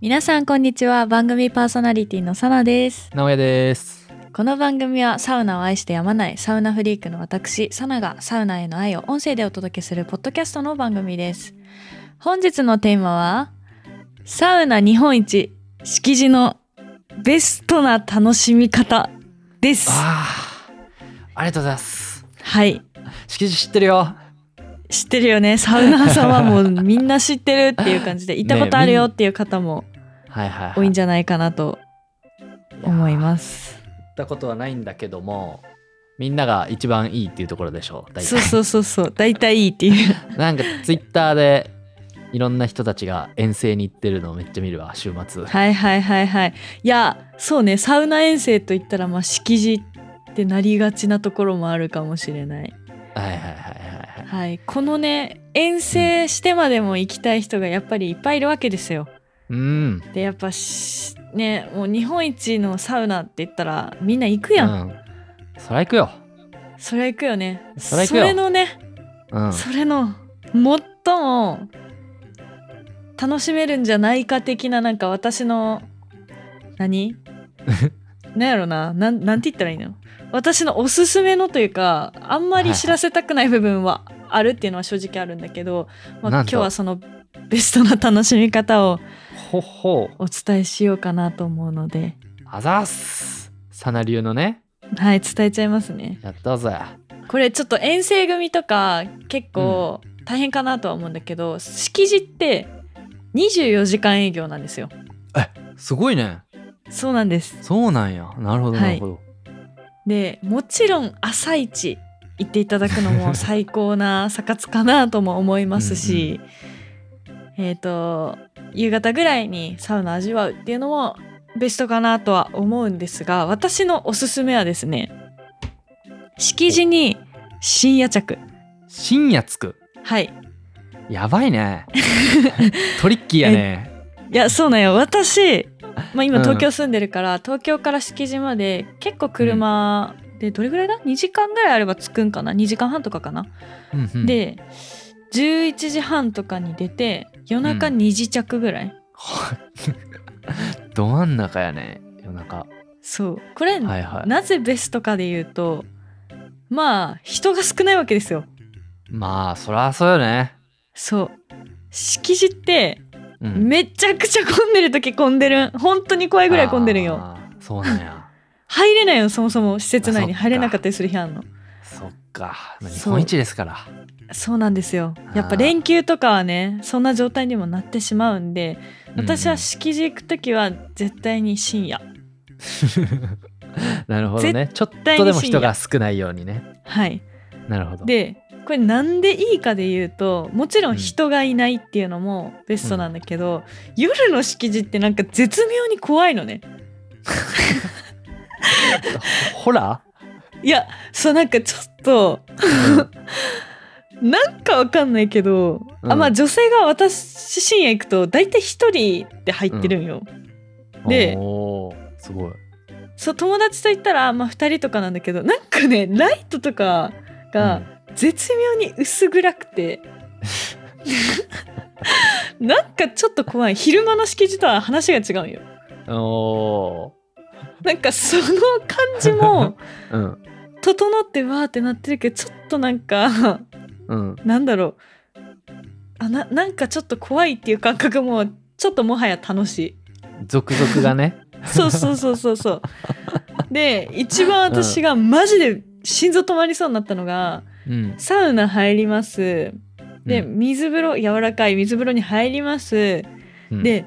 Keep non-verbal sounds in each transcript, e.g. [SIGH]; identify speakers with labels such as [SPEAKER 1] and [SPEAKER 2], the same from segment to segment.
[SPEAKER 1] 皆さんこんにちは番組パーソナリティのサナです
[SPEAKER 2] 直哉です。
[SPEAKER 1] この番組はサウナを愛してやまないサウナフリークの私サナがサウナへの愛を音声でお届けするポッドキャストの番組です本日のテーマはサウナ日本一敷地のベストな楽しみ方です
[SPEAKER 2] ああ、ありがとうございます。
[SPEAKER 1] はい
[SPEAKER 2] 敷地知ってるよ。
[SPEAKER 1] 知ってるよねサウナーさんはもうみんな知ってるっていう感じ
[SPEAKER 2] [LAUGHS]
[SPEAKER 1] で行ったことあるよっていう方も
[SPEAKER 2] はいはい、はい。
[SPEAKER 1] 多いん
[SPEAKER 2] ゃ
[SPEAKER 1] じゃないかなと思い
[SPEAKER 2] す。
[SPEAKER 1] ます
[SPEAKER 2] 行ったことはないんだけども、みんなが一番いいっていうところでしょう。大体
[SPEAKER 1] そうそうそうそう大体いいっていう
[SPEAKER 2] なんかツイッターでいろんな人たちが遠征に行ってるのをめっちゃ見るわ、週末。
[SPEAKER 1] はいはいはいはいいやそうねサウナ遠征といったらまあ敷地ってなりがちなところもあるかもしれない
[SPEAKER 2] はいはいはいはいは
[SPEAKER 1] は
[SPEAKER 2] い。
[SPEAKER 1] いこのね遠征してまでも行きたい人がやっぱりいっぱいいるわけですよ
[SPEAKER 2] うん。
[SPEAKER 1] でやっぱしねもう日本一のサウナって言ったらみんな行くやん、
[SPEAKER 2] うん。そら行くよ。
[SPEAKER 1] それ行くよね
[SPEAKER 2] そりゃ行くよ
[SPEAKER 1] れのね
[SPEAKER 2] うん。
[SPEAKER 1] それの最も楽しめるんじゃないか的ななんか私の
[SPEAKER 2] [LAUGHS]
[SPEAKER 1] 何なんやろななんなんて言ったらいいの私のおすすめのというかあんまり知らせたくない部分はあるっていうのは正直あるんだけど、まあ、
[SPEAKER 2] な
[SPEAKER 1] 今
[SPEAKER 2] んと
[SPEAKER 1] 日はそのベストな楽しみ方を
[SPEAKER 2] ほほう。
[SPEAKER 1] お伝えしようかなと思うので
[SPEAKER 2] あざっす。サナ流のね。
[SPEAKER 1] はい伝えちゃいますね。
[SPEAKER 2] やったぜ。
[SPEAKER 1] これちょっと遠征組とか結構大変かなとは思うんだけど、敷地って24時間営業なんですよ
[SPEAKER 2] すごいね。
[SPEAKER 1] そうなんです
[SPEAKER 2] そうなんや。なるほど、なるほど。
[SPEAKER 1] でもちろん朝一行っていただくの [LAUGHS] も最高なサカツかなとも思いますし、えっ、と夕方ぐらいにサウナ味わうっていうのもベストかなとは思うんですが私のおすすめはですね敷地に深夜着
[SPEAKER 2] 深夜着く。
[SPEAKER 1] はい
[SPEAKER 2] やばい
[SPEAKER 1] [LAUGHS]
[SPEAKER 2] ね。トリッキーやね。
[SPEAKER 1] いやそうなんよ私、まあ、今
[SPEAKER 2] うん
[SPEAKER 1] 東京住んでるから、東京から敷地まで結構車でどれぐらいだ2時間ぐらいあれば着くんかな2時間半とかかな、
[SPEAKER 2] うんうん、
[SPEAKER 1] で11時半とかに出て夜中
[SPEAKER 2] うん
[SPEAKER 1] 2時着ぐらい、
[SPEAKER 2] はい [LAUGHS] ど真ん中やね。夜中。
[SPEAKER 1] そうこれ、
[SPEAKER 2] はいはい。
[SPEAKER 1] なぜベストかで言うとまあ人が少ないわけですよ
[SPEAKER 2] まあ、そらそうよね。
[SPEAKER 1] そう敷地って
[SPEAKER 2] うん。
[SPEAKER 1] めちゃくちゃ混んでる時混んでるん本当に怖いぐらい混んでるんよ
[SPEAKER 2] あー。そうなんや。 [LAUGHS]
[SPEAKER 1] 入れないよそもそも施設内に
[SPEAKER 2] あそっか
[SPEAKER 1] 入れなかったりする日あんの
[SPEAKER 2] そっか。まあ
[SPEAKER 1] そう
[SPEAKER 2] 日本一ですから。
[SPEAKER 1] そうなんですよ
[SPEAKER 2] あー
[SPEAKER 1] やっぱ連休とかはねそんな状態にもなってしまうんで私は敷地行く時は絶対に深夜
[SPEAKER 2] うんうんなるほどね。ちょっ
[SPEAKER 1] 対に
[SPEAKER 2] とでも人が少ないようにね。
[SPEAKER 1] はい
[SPEAKER 2] なるほど。
[SPEAKER 1] でこれなんでいいかで言うともちろん人がいないっていうのもベストなんだけど、夜の敷地ってなんか絶妙に怖いのね
[SPEAKER 2] ほほら、
[SPEAKER 1] いやそうなんかちょっとなんかわかんないけど、
[SPEAKER 2] う
[SPEAKER 1] あ
[SPEAKER 2] ん
[SPEAKER 1] まあ女性が私深夜行くと大体一人で入ってるんよ、で
[SPEAKER 2] [LAUGHS] おーすごい。
[SPEAKER 1] そう友達と言ったら、まあ、2人とかなんだけどなんかねライトとか
[SPEAKER 2] う
[SPEAKER 1] が
[SPEAKER 2] ん
[SPEAKER 1] 絶妙に薄暗くて、 [LAUGHS] なんかちょっと怖い昼間の敷地とは話が違うんよ
[SPEAKER 2] お
[SPEAKER 1] なんかその感じ
[SPEAKER 2] [LAUGHS]
[SPEAKER 1] も
[SPEAKER 2] ーうん
[SPEAKER 1] 整ってわーってなってるけどちょっとなんか
[SPEAKER 2] うん。
[SPEAKER 1] なんだろうあななんかちょっと怖いっていう感覚もちょっともはや楽しい
[SPEAKER 2] 続々がね。
[SPEAKER 1] [LAUGHS] そうそうそうそうそうで一番私がマジで心臓止まりそうになったのが、
[SPEAKER 2] うん。
[SPEAKER 1] サウナ入ります。で、
[SPEAKER 2] うん、
[SPEAKER 1] 水風呂、柔らかい水風呂に入ります。
[SPEAKER 2] うん、
[SPEAKER 1] で、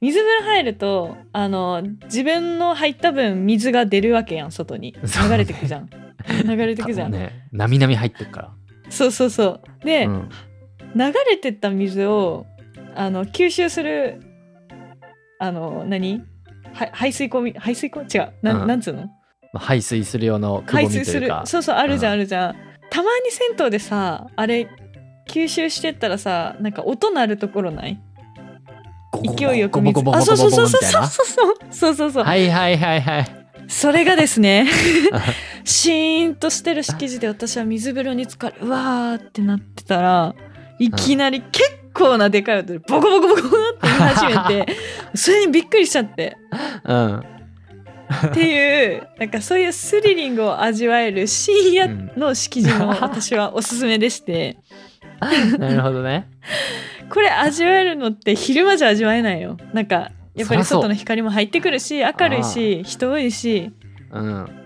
[SPEAKER 1] 水風呂入ると、あの、自分の入った分、水が出るわけやん、外に。
[SPEAKER 2] そう
[SPEAKER 1] 流
[SPEAKER 2] ね
[SPEAKER 1] れてく
[SPEAKER 2] [LAUGHS]
[SPEAKER 1] じゃん。流れてくじゃん。
[SPEAKER 2] ね、なみなみ入ってるか
[SPEAKER 1] そうそうそう。で、
[SPEAKER 2] ら。うん。
[SPEAKER 1] 流れてった水を、あの、吸収する、あの、何は排水溝み、排水溝違う。な、
[SPEAKER 2] うんん
[SPEAKER 1] なんつうの
[SPEAKER 2] まあ排水する用のくぼ
[SPEAKER 1] 排
[SPEAKER 2] みと
[SPEAKER 1] 水す
[SPEAKER 2] いう
[SPEAKER 1] る
[SPEAKER 2] か。
[SPEAKER 1] そうそうあるじゃん、
[SPEAKER 2] う
[SPEAKER 1] あるじゃんたまに銭湯でさあれ吸収してったらさなんか音鳴るところない勢いよく水
[SPEAKER 2] ゴボゴボ
[SPEAKER 1] あ
[SPEAKER 2] ゴ
[SPEAKER 1] そう
[SPEAKER 2] ボ
[SPEAKER 1] そう
[SPEAKER 2] ゴボ
[SPEAKER 1] そう
[SPEAKER 2] ゴボみ
[SPEAKER 1] そうそうそうそ
[SPEAKER 2] たいな。
[SPEAKER 1] うそうそう、
[SPEAKER 2] はいはいはいはい。
[SPEAKER 1] それがですねシーンとしてる敷地で私は水風呂に浸かるうわーってなってたらいきなり結構なでかい音でボコボコボコって始めてそれにびっくりしちゃって
[SPEAKER 2] うん
[SPEAKER 1] っていうなんかそういうスリリングを味わえる深夜の式辞も私はおすすめでして
[SPEAKER 2] なるほどね
[SPEAKER 1] これ味わえるのって昼間じゃ味わえないよなんかやっぱり
[SPEAKER 2] そらそう
[SPEAKER 1] 外の光も入ってくるし明るいし人多いし
[SPEAKER 2] うん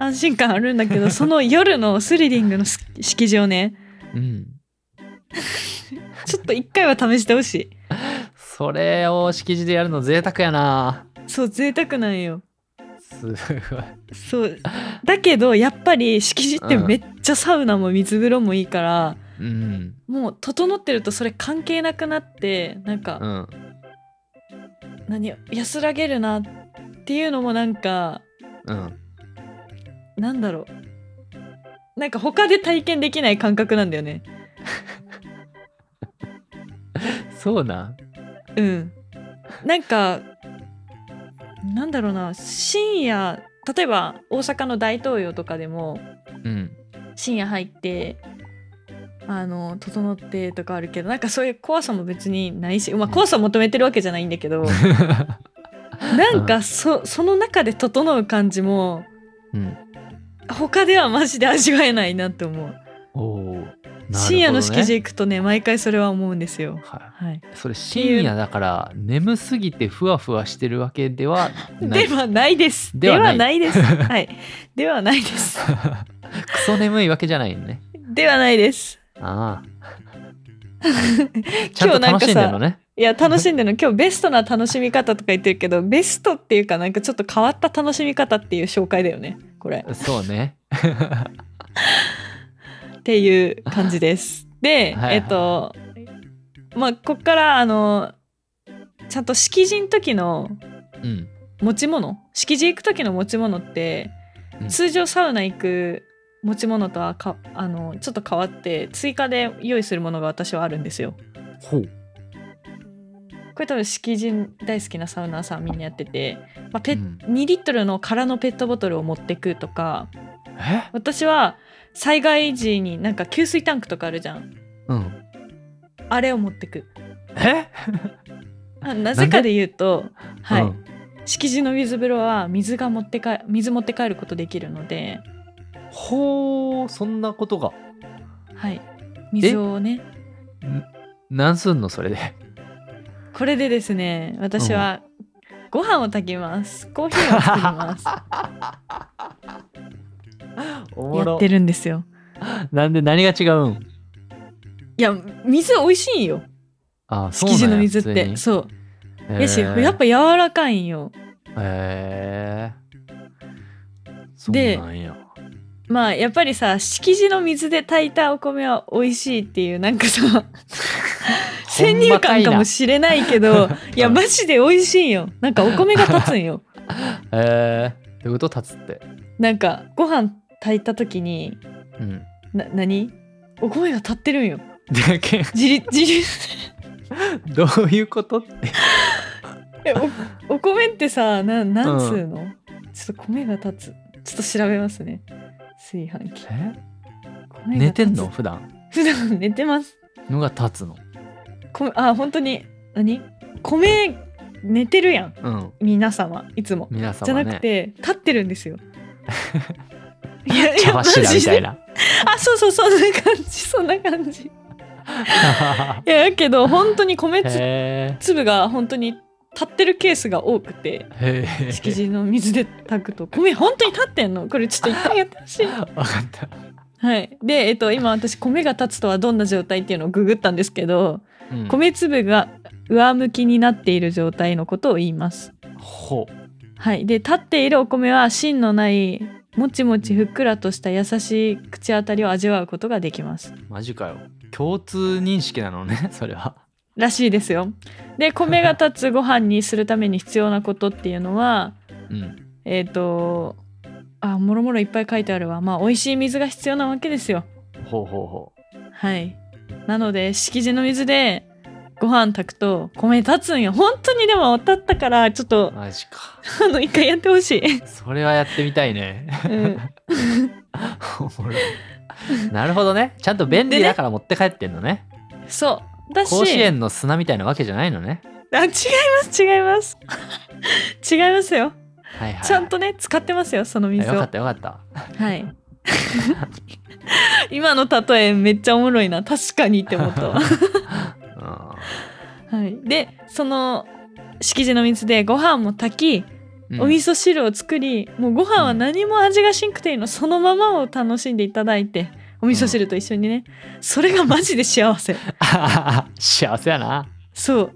[SPEAKER 1] 安心感あるんだけどその夜のスリリングのす式場ね
[SPEAKER 2] うん
[SPEAKER 1] ちょっと一回は試してほしい
[SPEAKER 2] それを敷地でやるの贅沢やな
[SPEAKER 1] そう贅沢なんよ
[SPEAKER 2] すごい
[SPEAKER 1] そうだけどやっぱり敷地ってめっちゃサウナも水風呂もいいから、
[SPEAKER 2] うん
[SPEAKER 1] もう整ってるとそれ関係なくなってなんか、
[SPEAKER 2] うん
[SPEAKER 1] 何安らげるなっていうのもなんか
[SPEAKER 2] うん
[SPEAKER 1] なんだろうなんか他で体験できない感覚なんだよね
[SPEAKER 2] そうなん
[SPEAKER 1] うんなんかなんだろうな深夜例えば大阪の大東洋とかでも
[SPEAKER 2] うん
[SPEAKER 1] 深夜入ってあの整ってとかあるけどなんかそういう怖さも別にないし、まあ、怖さを求めてるわけじゃないんだけどなんかそその中で整う感じも
[SPEAKER 2] うん
[SPEAKER 1] 他ではマジで味わえないなって思う、
[SPEAKER 2] おお、なるほどね
[SPEAKER 1] 深夜の式地行くとね毎回それは思うんですよ
[SPEAKER 2] は
[SPEAKER 1] はい
[SPEAKER 2] いそれ深夜だから眠すぎてふわふわしてるわけではない
[SPEAKER 1] ではないです
[SPEAKER 2] で
[SPEAKER 1] で
[SPEAKER 2] は
[SPEAKER 1] は
[SPEAKER 2] な
[SPEAKER 1] ないです
[SPEAKER 2] [LAUGHS]
[SPEAKER 1] はいではないです
[SPEAKER 2] クソ眠いわけじゃないのね
[SPEAKER 1] ではないです [LAUGHS]
[SPEAKER 2] ああちゃんと楽しんでるのね
[SPEAKER 1] いや楽しんでるの今日ベストな楽しみ方とか言ってるけどベストっていうかなんかちょっと変わった楽しみ方っていう紹介だよねこれ
[SPEAKER 2] そうね
[SPEAKER 1] っていう感じです。で、
[SPEAKER 2] はいはい
[SPEAKER 1] えっとまあこっからあのちゃんと式辞の時の
[SPEAKER 2] うん
[SPEAKER 1] 持ち物式辞行く時の持ち物って、
[SPEAKER 2] うん
[SPEAKER 1] 通常サウナ行く持ち物とはかあのちょっと変わって追加で用意するものが私はあるんですよ。
[SPEAKER 2] ほう
[SPEAKER 1] これ多分式辞大好きなサウナーさんみんなやってて、まあペ
[SPEAKER 2] うん
[SPEAKER 1] 2リットルの空のペットボトルを持ってくとか
[SPEAKER 2] え
[SPEAKER 1] 私は災害時になんか給水タンクとかあるじゃん
[SPEAKER 2] うん
[SPEAKER 1] あれを持ってく
[SPEAKER 2] え
[SPEAKER 1] あなぜかで言うとはい、
[SPEAKER 2] うん
[SPEAKER 1] 敷地の水風呂は水が持ってか水持って帰ることできるので、
[SPEAKER 2] ほうそんなことが
[SPEAKER 1] はい、水をね
[SPEAKER 2] なんすんのそ
[SPEAKER 1] [LAUGHS]
[SPEAKER 2] れで
[SPEAKER 1] これでですね私はご飯を炊きますコーヒーを作ります
[SPEAKER 2] [LAUGHS] お
[SPEAKER 1] やってるんですよ
[SPEAKER 2] なんで何が違うん
[SPEAKER 1] いや水美味しいんよ
[SPEAKER 2] あそう
[SPEAKER 1] 敷
[SPEAKER 2] なんや
[SPEAKER 1] 地の水って
[SPEAKER 2] 普通に
[SPEAKER 1] そう
[SPEAKER 2] へー
[SPEAKER 1] やしやっぱ柔らかいんよ
[SPEAKER 2] へえそう
[SPEAKER 1] で
[SPEAKER 2] なんや
[SPEAKER 1] まあやっぱりさ敷地の水で炊いたお米は美味しいっていうなんか
[SPEAKER 2] [LAUGHS]
[SPEAKER 1] さ先入観かもしれないけどいやマジで美味しいんよなんかお米が立つんよ
[SPEAKER 2] れへえどういうこと立つって
[SPEAKER 1] なんかご飯炊いた時に [LAUGHS]
[SPEAKER 2] うん
[SPEAKER 1] な何お米が立ってるんよ
[SPEAKER 2] だけ
[SPEAKER 1] 自立自立
[SPEAKER 2] どういうことって
[SPEAKER 1] えおお米ってさななんつうの、ちょっと米が立つちょっと調べますね炊飯器
[SPEAKER 2] え
[SPEAKER 1] 米が
[SPEAKER 2] 寝
[SPEAKER 1] 立つ
[SPEAKER 2] てんの普段
[SPEAKER 1] 普段 [LAUGHS] 寝てます
[SPEAKER 2] のが立つの
[SPEAKER 1] 米あ本当に何米寝てるやん
[SPEAKER 2] うん
[SPEAKER 1] 皆様いつも、
[SPEAKER 2] 皆様ね
[SPEAKER 1] じゃなくて立ってるん
[SPEAKER 2] [LAUGHS]
[SPEAKER 1] ですよいやい
[SPEAKER 2] 茶
[SPEAKER 1] マジ
[SPEAKER 2] 柱
[SPEAKER 1] で
[SPEAKER 2] みた
[SPEAKER 1] [LAUGHS]
[SPEAKER 2] いな
[SPEAKER 1] あそうそうそんな感じそんな感じいやだけど本当に米つ
[SPEAKER 2] へ
[SPEAKER 1] 粒が本当に立ってるケースが多くて
[SPEAKER 2] えへえ
[SPEAKER 1] 敷地の水で炊くと米本当に立ってんのこれちょっと一回やってほしい
[SPEAKER 2] わかった
[SPEAKER 1] はいでえっと今私米が立つとはどんな状態っていうのをググったんですけど、
[SPEAKER 2] うん
[SPEAKER 1] 米粒が上向きになっている状態のことを言います
[SPEAKER 2] ほ
[SPEAKER 1] はいで立っているお米は芯のないもちもちふっくらとした優しい口当たりを味わうことができます
[SPEAKER 2] うマジかよ共通認識なのね [LAUGHS] それは
[SPEAKER 1] らしいですよで米が立つご飯にするために必要なことっていうのは
[SPEAKER 2] うん
[SPEAKER 1] えっ、とあもろもろいっぱい書いてあるわまあ美味しい水が必要なわけですよ
[SPEAKER 2] ほうほうほ
[SPEAKER 1] はいなので敷地の水でご飯炊くと米立つんよ本当にでも立ったからちょっ
[SPEAKER 2] う
[SPEAKER 1] と
[SPEAKER 2] マジか
[SPEAKER 1] あの一回やってほしい、
[SPEAKER 2] それはやってみたいね [LAUGHS]
[SPEAKER 1] うん、
[SPEAKER 2] おもろいなるほどねちゃんと便利だから持って帰ってんのね
[SPEAKER 1] そうだし
[SPEAKER 2] 甲子園の砂みたいなわけじゃないのね
[SPEAKER 1] あ違います違います違いますよ
[SPEAKER 2] はいはい。
[SPEAKER 1] ちゃんとね使ってますよその
[SPEAKER 2] あ。
[SPEAKER 1] 水
[SPEAKER 2] よか
[SPEAKER 1] を
[SPEAKER 2] ったよかった。
[SPEAKER 1] はい今の例えめっちゃおもろいな確かにって思った
[SPEAKER 2] [LAUGHS]
[SPEAKER 1] わはい、でその敷地の水でご飯も炊き、
[SPEAKER 2] うん
[SPEAKER 1] お味噌汁を作りもうご飯は何も味がしんくていいのそのままを楽しんでいただいてお味噌汁と一緒にね、それがマジで幸せ
[SPEAKER 2] [LAUGHS] 幸せやな。
[SPEAKER 1] そう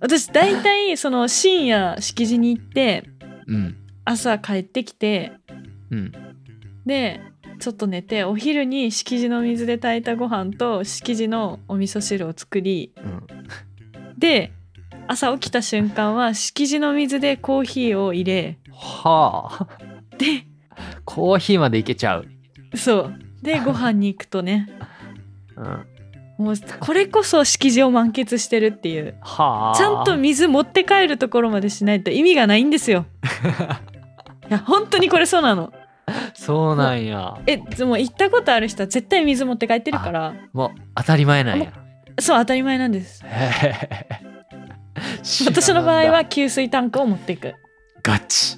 [SPEAKER 1] 私大体その深夜敷地に行って
[SPEAKER 2] うん。
[SPEAKER 1] 朝帰ってきて
[SPEAKER 2] うん。
[SPEAKER 1] でちょっと寝てお昼に敷地の水で炊いたご飯と敷地のお味噌汁を作り
[SPEAKER 2] うん。
[SPEAKER 1] で朝起きた瞬間は敷地の水でコーヒーを入れ
[SPEAKER 2] はあ。
[SPEAKER 1] で
[SPEAKER 2] コーヒーまでいけちゃう。
[SPEAKER 1] そうでご飯に行くとね
[SPEAKER 2] うん。は
[SPEAKER 1] もうこれこそ敷地を満喫してるっていう
[SPEAKER 2] あ。
[SPEAKER 1] ちゃんと水持って帰るところまでしないと意味がないんです
[SPEAKER 2] [LAUGHS]
[SPEAKER 1] よいや本当にこれそうなの
[SPEAKER 2] そうなんや。
[SPEAKER 1] えでも行ったことある人は絶対水持って帰ってるから
[SPEAKER 2] もう当たり前なんや。 [LAUGHS]
[SPEAKER 1] そう当たり前なんです
[SPEAKER 2] へへへ
[SPEAKER 1] 私の場合は。給水タンクを持っていく
[SPEAKER 2] ガチ。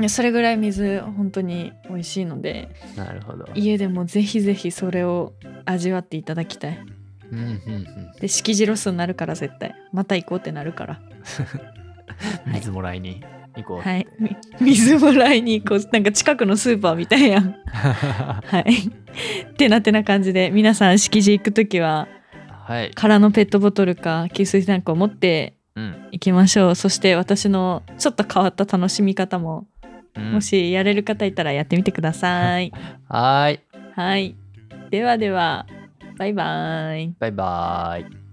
[SPEAKER 1] いやそれぐらい水本当に美味しいので
[SPEAKER 2] なるほど。
[SPEAKER 1] 家でもぜひぜひそれを味わっていただきたい
[SPEAKER 2] うんうんうん。
[SPEAKER 1] で敷地ロスになるから絶対また行こうってなるから
[SPEAKER 2] 水もらいに行こう。
[SPEAKER 1] はい、み [LAUGHS] 水もらいに行こうなんか近くのスーパーみたいやん。はい、てなてな感じで皆さん敷地行く時は
[SPEAKER 2] [LAUGHS] はい。
[SPEAKER 1] 空のペットボトルか給水タンクを持って
[SPEAKER 2] うん。
[SPEAKER 1] いきましょうそして私のちょっと変わった楽しみ方も、
[SPEAKER 2] うん
[SPEAKER 1] もしやれる方いたらやってみてください。
[SPEAKER 2] はーい。
[SPEAKER 1] はい、ではではバイバイ。
[SPEAKER 2] バイバーイ。